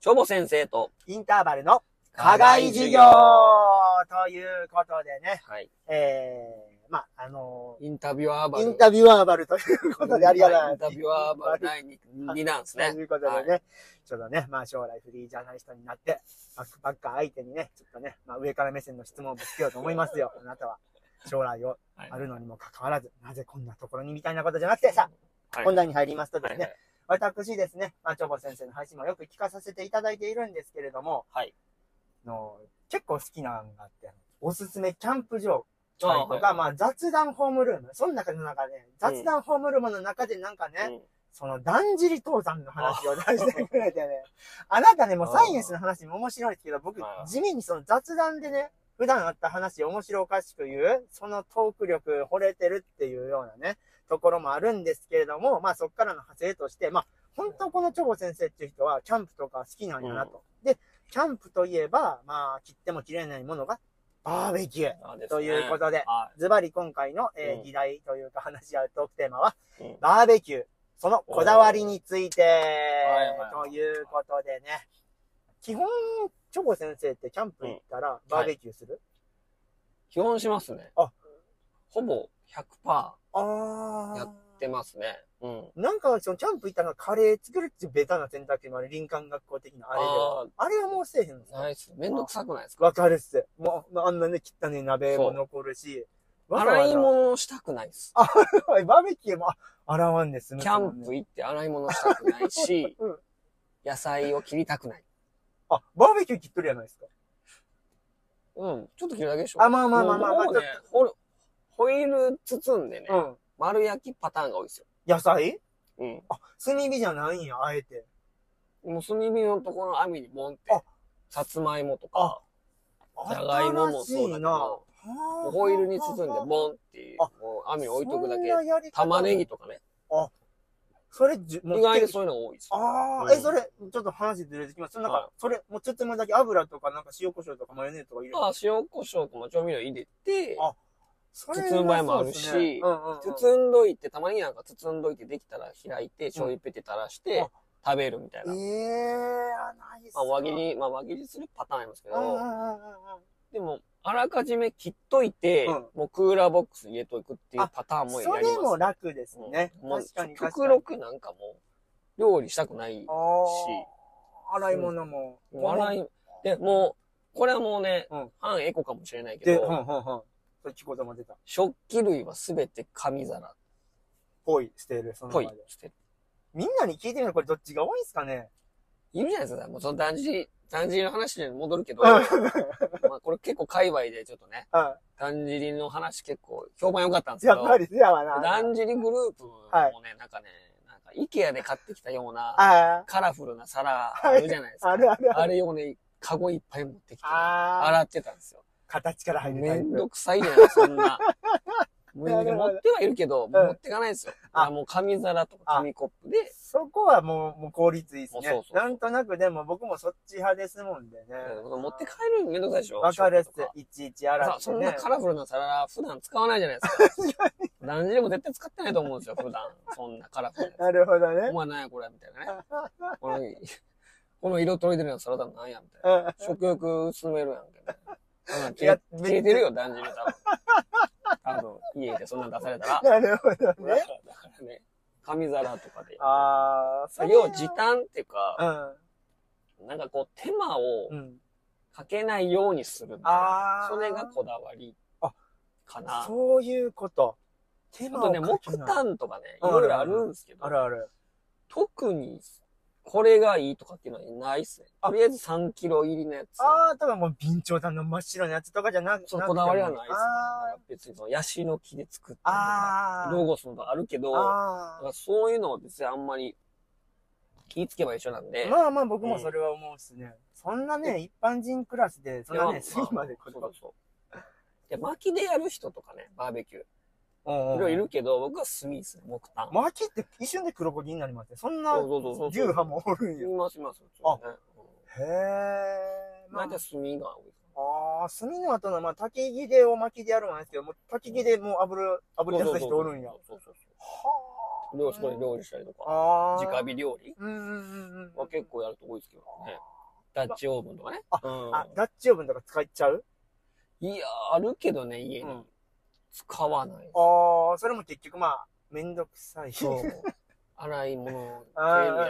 しょぼ先生と、インターバルの課外授業ということでね、はい。えー、まあ、あのインタビュアーバイル。ンタビュアーバルということでありがイたいン。タビュアーバル第 2, なんですねと。いうことでね、ちょっとね、まあ将来フリージャーナリストになって、バックパッカー相手にね、ちょっとね、まあ上から目線の質問をぶつけようと思い ますよ、あなたは。将来をはいあるのにもかかわらず、なぜこんなところにみたいなことじゃなくてさ、はい本題に入りますとですね、はい私ですね、まあ、チョボ先生の配信もよく聞かさせていただいているんですけれども、はいあの結構好きなのがあって、おすすめキャンプ場とはいか、はいまあ、雑談ホームルーム、その中の中で、雑談ホームルームの中でなんかね、うんその、だんじり登山の話を出してくれてね。あなたね、もうサイエンスの話も面白いですけど、僕あ、ー地味にその雑談でね、普段あった話を面白おかしく言う、そのトーク力惚れてるっていうようなね、ところもあるんですけれども、まあそっからの派生として、まあ本当このチョボ先生っていう人はキャンプとか好きなんだなと。で、キャンプといえば、まあ切っても切れないものがバーベキュー。あですねということではズバリ今回の、えーうん議題というか話し合うトークテーマは、うんバーベキュー、そのこだわりについいて、はいはいということでね。基本、チョコ先生ってキャンプ行ったらバーベキューする、基本しますね。あほぼ100%あーやってますね。うん。なんか、そのキャンプ行ったらカレー作るっていうベタな選択肢もある。林間学校的なあれでは。ああれはもうせえへんのー、ないっす。めんどくさくないですかわかるっす。もう、あんなね、汚ね鍋も残るし。わざわざ洗い物したくないっす。バーベキューも、あ洗わんです、キャンプ行って洗い物したくないしうん野菜を切りたくない。あ、バーベキュー切っとるやないですか。うん。ちょっと切るだけでしょ。あ、まあまあまあまあ、まあもうね、ホイルホイール包んでね、うん。丸焼きパターンが多いですよ。野菜うん。あ、炭火じゃないんや、あえて。もう炭火のところの網にボンってあ、さつまいもとか、じゃがいももそうだけど、もうホイールに包んでうボンっていう、あもう網置いとくだけ。け玉ねぎ。とかね。それじゅ、もう意外にそういうのが多いですよ。あうあ、んえ、それ、ちょっと話ずれてきます。そのなんはか、それ、もうちょっとだけ油とか、なんか塩コショウとかマヨネーズとか入れる。まあ、塩コショウとか調味料入れて、あそれ包む場合もあるしそうですねうんうんうん包んどいて、玉ねぎなんか包んどいてできたら開いて、醤油ペテ垂らしてあ、食べるみたいな。えまえー、ないっすねあ、輪切。り、まあ、輪切りするパターンありますけうんうんうんど、うんうん。でも、あらかじめ切っといてうん、もうクーラーボックスに入れとくっていうパターンもやりそます。れも楽ですね。うんもう確かに確か極に。力なんかもう、料理したくない。あー洗い物も。もう洗い、で、もう、これはもうね、うん反エコかもしれないけで、ど、うんうんうん。そっち言葉出た。食器類はすべて紙皿っぽい、捨てる、そのぽ場でい。してる。みんなに聞いてみるこれどっちが多いんすかねいるじゃないですか。もうその断じ、断じりの話に戻るけど、うんまあこれ結構界隈でちょっとね、うん。断じりの話結構評判良かったんですけやど、っぱり、やわな。だんじりグループもね、はいなんかね、なんか IKEA で買ってきたようなあカラフルな皿あるじゃないですか。はいあるあるあるあれをね、カゴいっぱい持ってきてあ。、ああ。洗ってたんですよ。形から入るタめイんプど。くさいじゃない、そん な。もうなるほ持どってはいるけど、もう持ってかないですよ。ああもう紙皿とか紙コップで、そこはもう、もう効率いいですもうそねう。そうなんとなくでも僕もそっち派ですもんでね。持って帰るのめんどくさいでしょ。わかるっす食器と。いちいち洗さって、ね。そんなカラフルな皿、普段使わないじゃないですか。何時でも絶対使ってないと思うんですよ、普段。そんなカラフルなやなるほどつ。おね。前なんやこれみたいなね。この、この色とりどりのサラダなんやみたいな。食欲薄めるやんけ、 ね。そんなん消え消えてるよ、断じり多分。多分、家でそんなん出されたら。なるほどだからね。だからね、紙皿とかで。ああ、それ要は時短っていうか、はなんかこう手間をうん。うん。かけないようにするみたいあな。ーそれがこだわりあかな。あそういうこと。手間とをね、かけ木ない。炭とかね、いあるろいろあるんですけどあ、るある。特にこれがいいとかっていうのはないっすね。とりあえず3キロ入りのやつ。ああ、多分もう、備長炭の真っ白なやつとかじゃなくそのこだわりはないっすね。なあんか別にそのヤシの木で作ってるとあ。か、ああ。ロゴスのとかあるけど、だあからそういうのは別にあんまり気ぃつけば一緒なんであ。。まあまあ僕もそれは思うっすね。そんなね、一般人クラスで、そんなね、まあ隅までこそうそとがうそう。で、薪でやる人とかね、バーベキュー。いうろいんろいうんるけど、僕は炭ですね、木炭。巻きって一瞬で黒焦ぎになりますね。そんな、そうそうそうそう流派もおるんいや。ます、います。あそうねうんへえ。まあ大体炭が多い。ああ、炭の後の、まあ、焚き木でを巻きでやるんですけど、もう焚き木でもう炙る、炙り出す人おるんや。はそうそうそうそうそうそうそう。料理、そこで料理したりとか、ああ。直火料理うんうんうんうん。は結構やると多いですけどね。ダッチオーブンとかね。うんあ、ダッチオーブンとか使っちゃういや、あるけどね、家うにん。使わない。ああ、それも結局まあ、めんどくさい。 そう。洗い物、うんうんうんうん整理やうんうん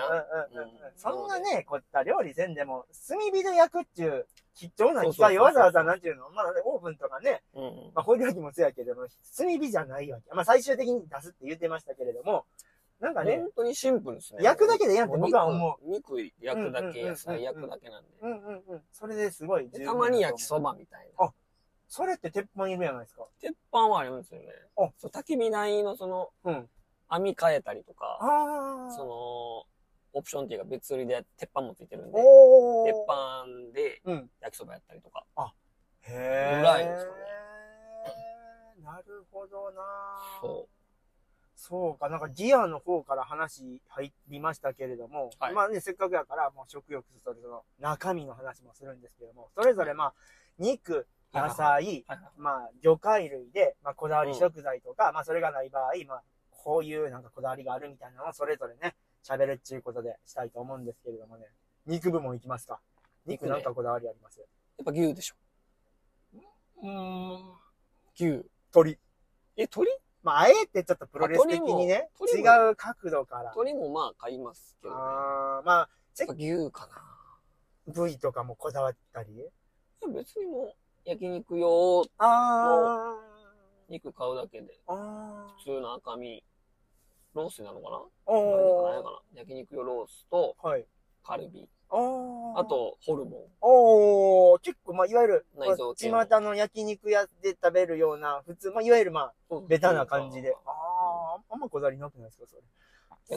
そんなね、こういった料理全でも、炭火で焼くっていう、貴重な機そうそうそう械そうわざわざなんていうのまあ、オーブンとかね、ん。うん。まあ、保料理もそうやけども、炭火じゃないわけ。まあ、最終的に出すって言ってましたけれども、なんかね、本当にシンプルですね。焼くだけでええやんって僕は思う。肉肉焼くだうんうんうんうけ、ん野菜焼くだけなんうでんうんうん。それですごいで。十分ただと思うまに焼きそばみたいな。それって鉄板いるやないですか。鉄板はありますよねあ。そう焚き火台のその、うん。網変えたりとか、ああ。その、オプションっていうか別売りで鉄板もついてるんで、おお。鉄。板でうん。焼きそばやったりとか。へえ。ぐらいですかねなるほどなそそうか、なんかギアの方から話入りましたけれども、はいまあね、せっかくやから、もう食欲それぞれの中身の話もするんですけども、それぞれまあ、肉、野う。菜、はいはい。まあ、魚介類で、まあ、こだわり食材とか、まあ、それがない場合、まあ、こういうなんかこだわりがあるみたいなのをそれぞれね、喋るっていうことでしたいと思うんですけれどもね、肉部門いきますか。肉肉ねなんかこだわりありますやっぱ牛でしょ。うーん。牛。鳥。え、鳥まあ、あえてちょっとプロレス的にね、あ鳥も違鳥もう角度から。鳥もまあ買いますけどね。あーまあ、やっぱ牛かな。部位とかもこだわったり。いや別にもう焼肉用あ肉買うだけで、あ。あ普通の赤身、ロースなのかなあ。何かないおかな焼肉用ロースとー。はい。カルビ。おーあ。と、ホルモおー。結構、まあ、いわゆる、内臓系のまあ巷の焼肉屋で食べるような、普通、まあ、いわゆる、まあ、ン。ベタな感じで。あああー。あんまこだわりなくないですか、それ。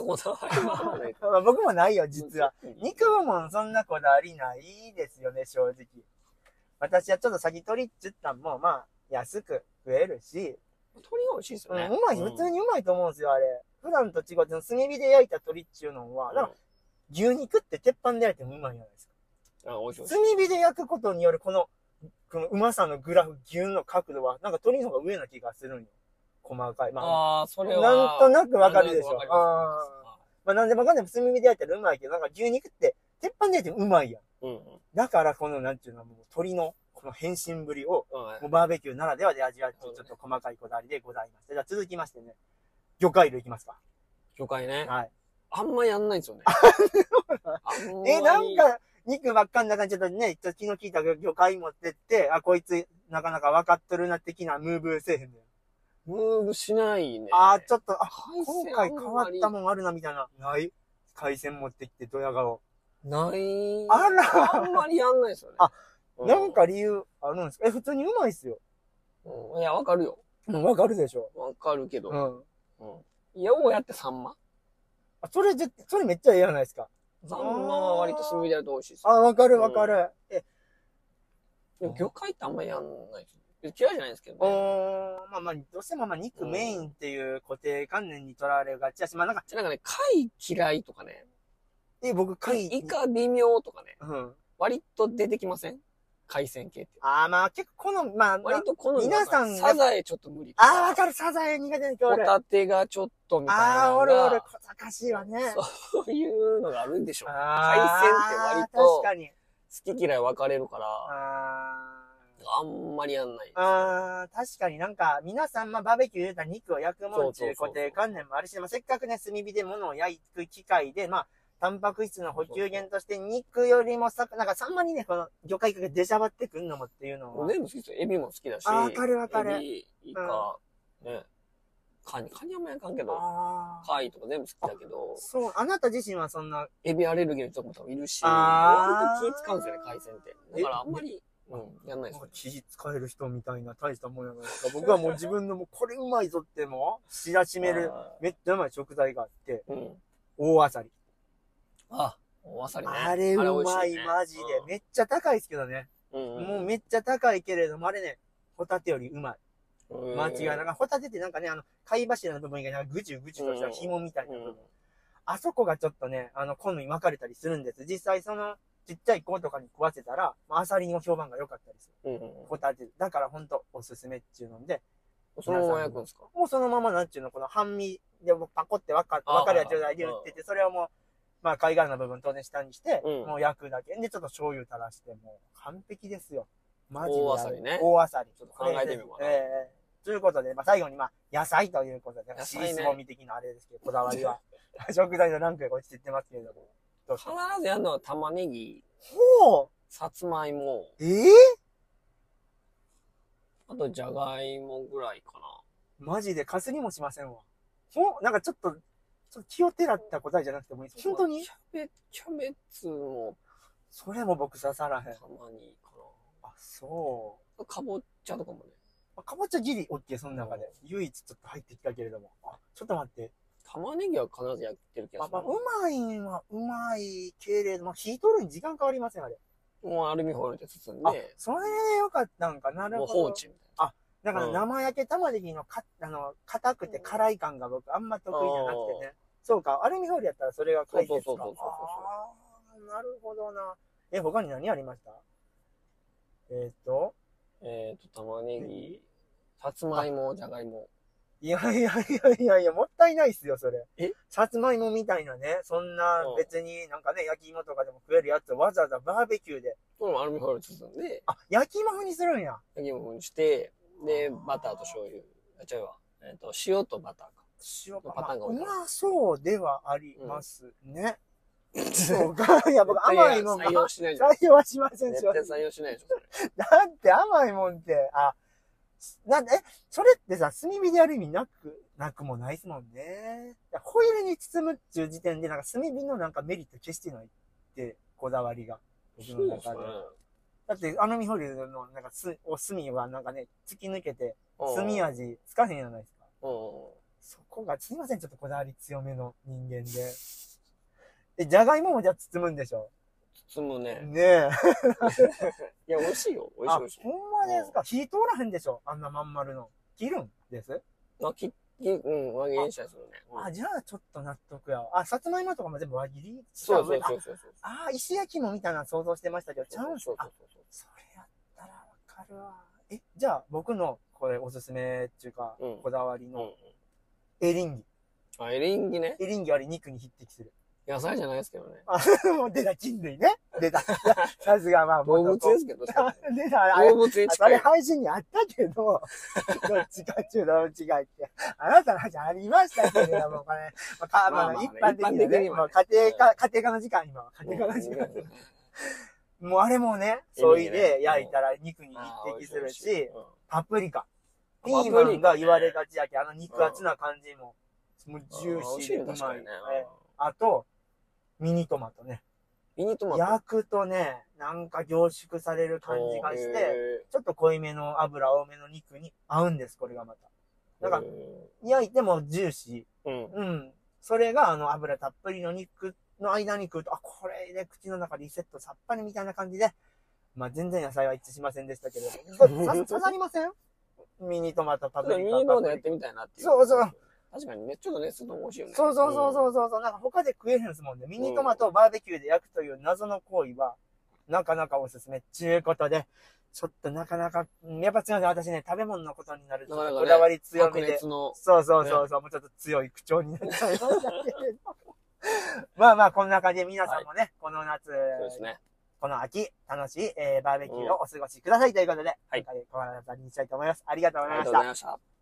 え、こだわりはあんまないまあ僕もないよ、 実は。。肉は部門そんなこだわりないですよね、正直。私はちょっと先取りっちゅったんも、まあ、安く食えるし、鳥が美味しいですうよね。んうまい、普通にうまいと思うんですよ、あれ。普段と違って、炭火で焼いた鳥っちゅうのは、だから牛肉って鉄板で焼いてもうまいじゃないですうか。ん。あ、美味しい美味しい。炭火で焼くことによるこの、このうまさのグラフ、牛の角度は、なんか鳥の方が上な気がするんよ。細かい。まあ、ああ、それは。なんとなくわかるでしょ。なんとなくあわーかまあ、なんでもかんでも炭火で焼いたらうまいけど、なんか牛肉って鉄板で焼いてもうまいやん。りますだから、この、なんていうの、もう鳥の、この変身ぶりを、うんうん。もうバーベキューならではで味わって、ちょっと細かいこだわりでございました。じゃあ続きましてね、魚介類いきますか。魚介ね。はい。あんまやんないんですよね。あんまり え、なん、か、肉ばっかんな感じだとね、ちょっと気の利いた魚介持ってって、あ、こいつ、なかなか分かっとるな的なムーブせえへんのよ。ムーブしないね。あー、ちょっと、あ、海今鮮回変わったん。もんあるな、みたいな。ない海鮮持ってきて、ドヤ顔。ない。あらあんまりやんないですよね。あうなん、か理由あるんですかえ、普通にうまいっすよ。うんいや、わかるよ。うん、わかるでしょ。わかるけうど。ん。うん。いや、もうやってサンマあ、それ、絶それめっちゃええやないですか。サンマは割と炭火でやると美味しいですあ、よ。わかるわかる。え、でも魚介ってあんまりやんないですよ。嫌いじゃないですけどうね。ーん、まあまあ、どうしてもまあ肉メインっていう固定観念にとらわれがちやし、まあなんか、なんかね、貝嫌いとかね。え、僕、貝。イカ微妙とかね。うん。割と出てきません海鮮系って。ああ、まあ結構この、まあ、割とこの皆さんがサザエちょっと無理。ああ、わかる、サザエ苦手な人おホる。あタテがちょっとみたいなあー、のおるが。おる、小賢しいわね。そういうのがあるんでしょ。あー海鮮って割と確かに。好き嫌い分かれるから、ああんまりやんない。ーあー、確かになんか、皆さん、まあ、バーベキューでたら肉を焼くもんっていうそうそうそ固う定観念もあるし、まあ、せっかくね、炭火で物を焼く機会で、まあ、タンパク質の補給源として、肉よりもさ、なんか、さんまにね、この、魚介が出しゃばってくんのもっていうのは。全部好きですよ。エビも好きだし。あーわかるわかるエビ、イカ、ね。カニ、カニあんまやかんけど、ああ。貝とか全部好きだけど、そう、あなた自身はそんな、エビアレルギーの人も多分いるし、あー割と気使うんですよね、海鮮って。だからあんまり、うん、やんないですなんよか生地使える人みたいな大したもんやないですか。僕はもう自分のもうこれうまいぞってもう、知らしめ る、あめっちゃうまい食材があって、ーうん。大あさり。あ、おわさりね。あれうまい、マジで。ね。めっちゃ高いですけどね。うんもうめっちゃ高いけれども、あれね、ホタテよりうまい。うん間違いない。なんかホタテってなんかね、あの、貝柱の部分がなんかぐじゅぐじゅとした紐みたいな部分。あそこがちょっとね、あの、好み分かれたりするんです。実際その、ちっちゃい子とかに食わせたら、まあ、アサリの評判が良かったりする。うん。うんホタテ。だからほんと、おすすめっていうので、そのまま焼くんですかもうそのままなんちゅうの、この半身で、もうパコってわかわかるやつを大で売ってて、それをもう、まあ、貝殻の部分当然下にして、うんもう焼くだけ。で、ちょっと醤油垂らして、もう完璧ですよ。マジで。大あさりね大あさり。ちょっと考えてみようかなええということで、まあ、最後に、まあ、野菜ということで、野シ菜ねースモミ的なあれですけど、こだわ りは。食材のランクが落ちてってますけれども。どうし必よずやるのは玉ねぎ、う。もさつまいも、うええあとじゃがいもぐらいかマジでかすりもしませんわ。ほんなんかちょっと、ちょっと気をてらった答えじゃなくてもいいでな。す。本当にキャベ、キャベツもそれも僕刺さらへん。たまにかあ、そな。かぼちゃとかもね。う。かぼちゃギリ、オッケー、その中で。唯一ちょっと入ってきたけれども。あ、ちょっと待って。玉ねぎは必ずやってる気があすまるあ、う。まいんはうまいけれども、火取るに時間かかりません、あれ。もうアルミホイルで包んあで、、それでよかったんか。なるもうほど。放置みたいな。だからうん生焼け玉ねぎのか、あの、硬くて辛い感が僕あんま得意じゃなくてね。そうか、アルミホイルやったらそれが解決か。そうそうそうそうあーなるほどな。え、他に何ありましたえーっと、えっ、と、玉ねぎ、さつまいも、じゃがいも。いやいやいやいやいや、もったいないっすよ、それ。えさつまいもみたいなね、そんなうん別になんかね、焼き芋とかでも食えるやつをわざわざバーベキューで。これもアルミホイルで包んで、あ、焼き芋風にするんや。焼き芋にして、で、バターと醤油。あ、違うわ。えっ、と、塩とバターか。塩パパターンが多ういからまそうではありますね。そうか。いや、僕甘いもん 採用しないじゃん。採用はしません、しません絶対採用しないでしょ、それ。だって甘いもんって、あ、なんで、え、それってさ、炭火でやる意味なく、なくもないですもんね。いやホイールに包むっていう時点で、なんか炭火のなんかメリット消してないって、こだわりが。僕そのうです中ねで。だって、アルミホイルの、なんか、す、お炭はなんかね、突き抜けて、うん炭味つかへんじゃないですか。うん。そこが、すいません、ちょっとこだわり強めの人間で。え、じゃがいももじゃあ包むんでしょ包む ね。ねえ。いや、美味しいよ。美味しいあ美味しい、。ほんまですか火通らへんでしょあんなまん丸の。切るんですまあ、切り、うん、輪切りにしたりするね。うんあ、じゃあちょっと納得やわ。あ、さつまいもとかも全部輪切りそうそうあそうそうそう。あー、石焼き芋みたいなの想像してましたけど、ちゃうんすそうそあう、そうそれやったらわかるわ。え、じゃあ僕のこれおすすめっていうか、うんこだわりそう。のエリンギ。うん。あ、エリンギね。エリンギあれ肉に匹敵する。 野菜じゃないですけどね。あ、もう出た、菌類ね。出た。 さすが、まあ、動物で元々すけど。 出た、あれ動物にあ近れい。配信にあったけど、どっちかっちゅうどっちかって。あなたの話ありましたけれども、これ、まあ、かままああ、まあ一般的一に般的ね、にはまねあ家庭か、家庭科の時間、今は。家庭科の時間。もうあれもね、そいで焼いたら肉に匹敵するし、パプリカ。ピーマンが言われがちやけど、あの肉厚な感じも、もうジューシーでうまい。ね。えあと、ミニトマトね。ミニトマト。焼くとね、なんか凝縮される感じがして、ちょっと濃いめの油多めの肉に合うんです、これがまた。なだんから、焼いてもジューシうんー。。うん。それが、あの、油たっぷりの肉の間に食うと、あ、これで口の中リセットさっぱりみたいな感じで、まあ、全然野菜は一致しませんでしたけれ ども。さ、刺さりませんミニトマトパプミリニカ。トマトパやプっリてみたいなっていう。そうそう。確かにね、ちょっとね、すると美味しいよね。そうそうそうそうそうそう。なんか他で食えへんですもんね。ミニトマトをバーベキューで焼くという謎の行為は、なかなかおすすめ。ちゅうことで、ちょっとなかなか、うんやっぱ強いね。私ね、食べ物のことになると、なかなかねこだわりうん。強白めで。熱の。そうそうそうそう、もうちょっと強い口調になっちゃいましたけれど。 まあまあ、こんな感じで皆さんもね、この夏、そうですね。この秋、楽しい、えーバーベキューをお過ごしくださいということで、はい今回この辺りにしたいと思います。ありがとうごあざりいがまとしうごたざい。ました。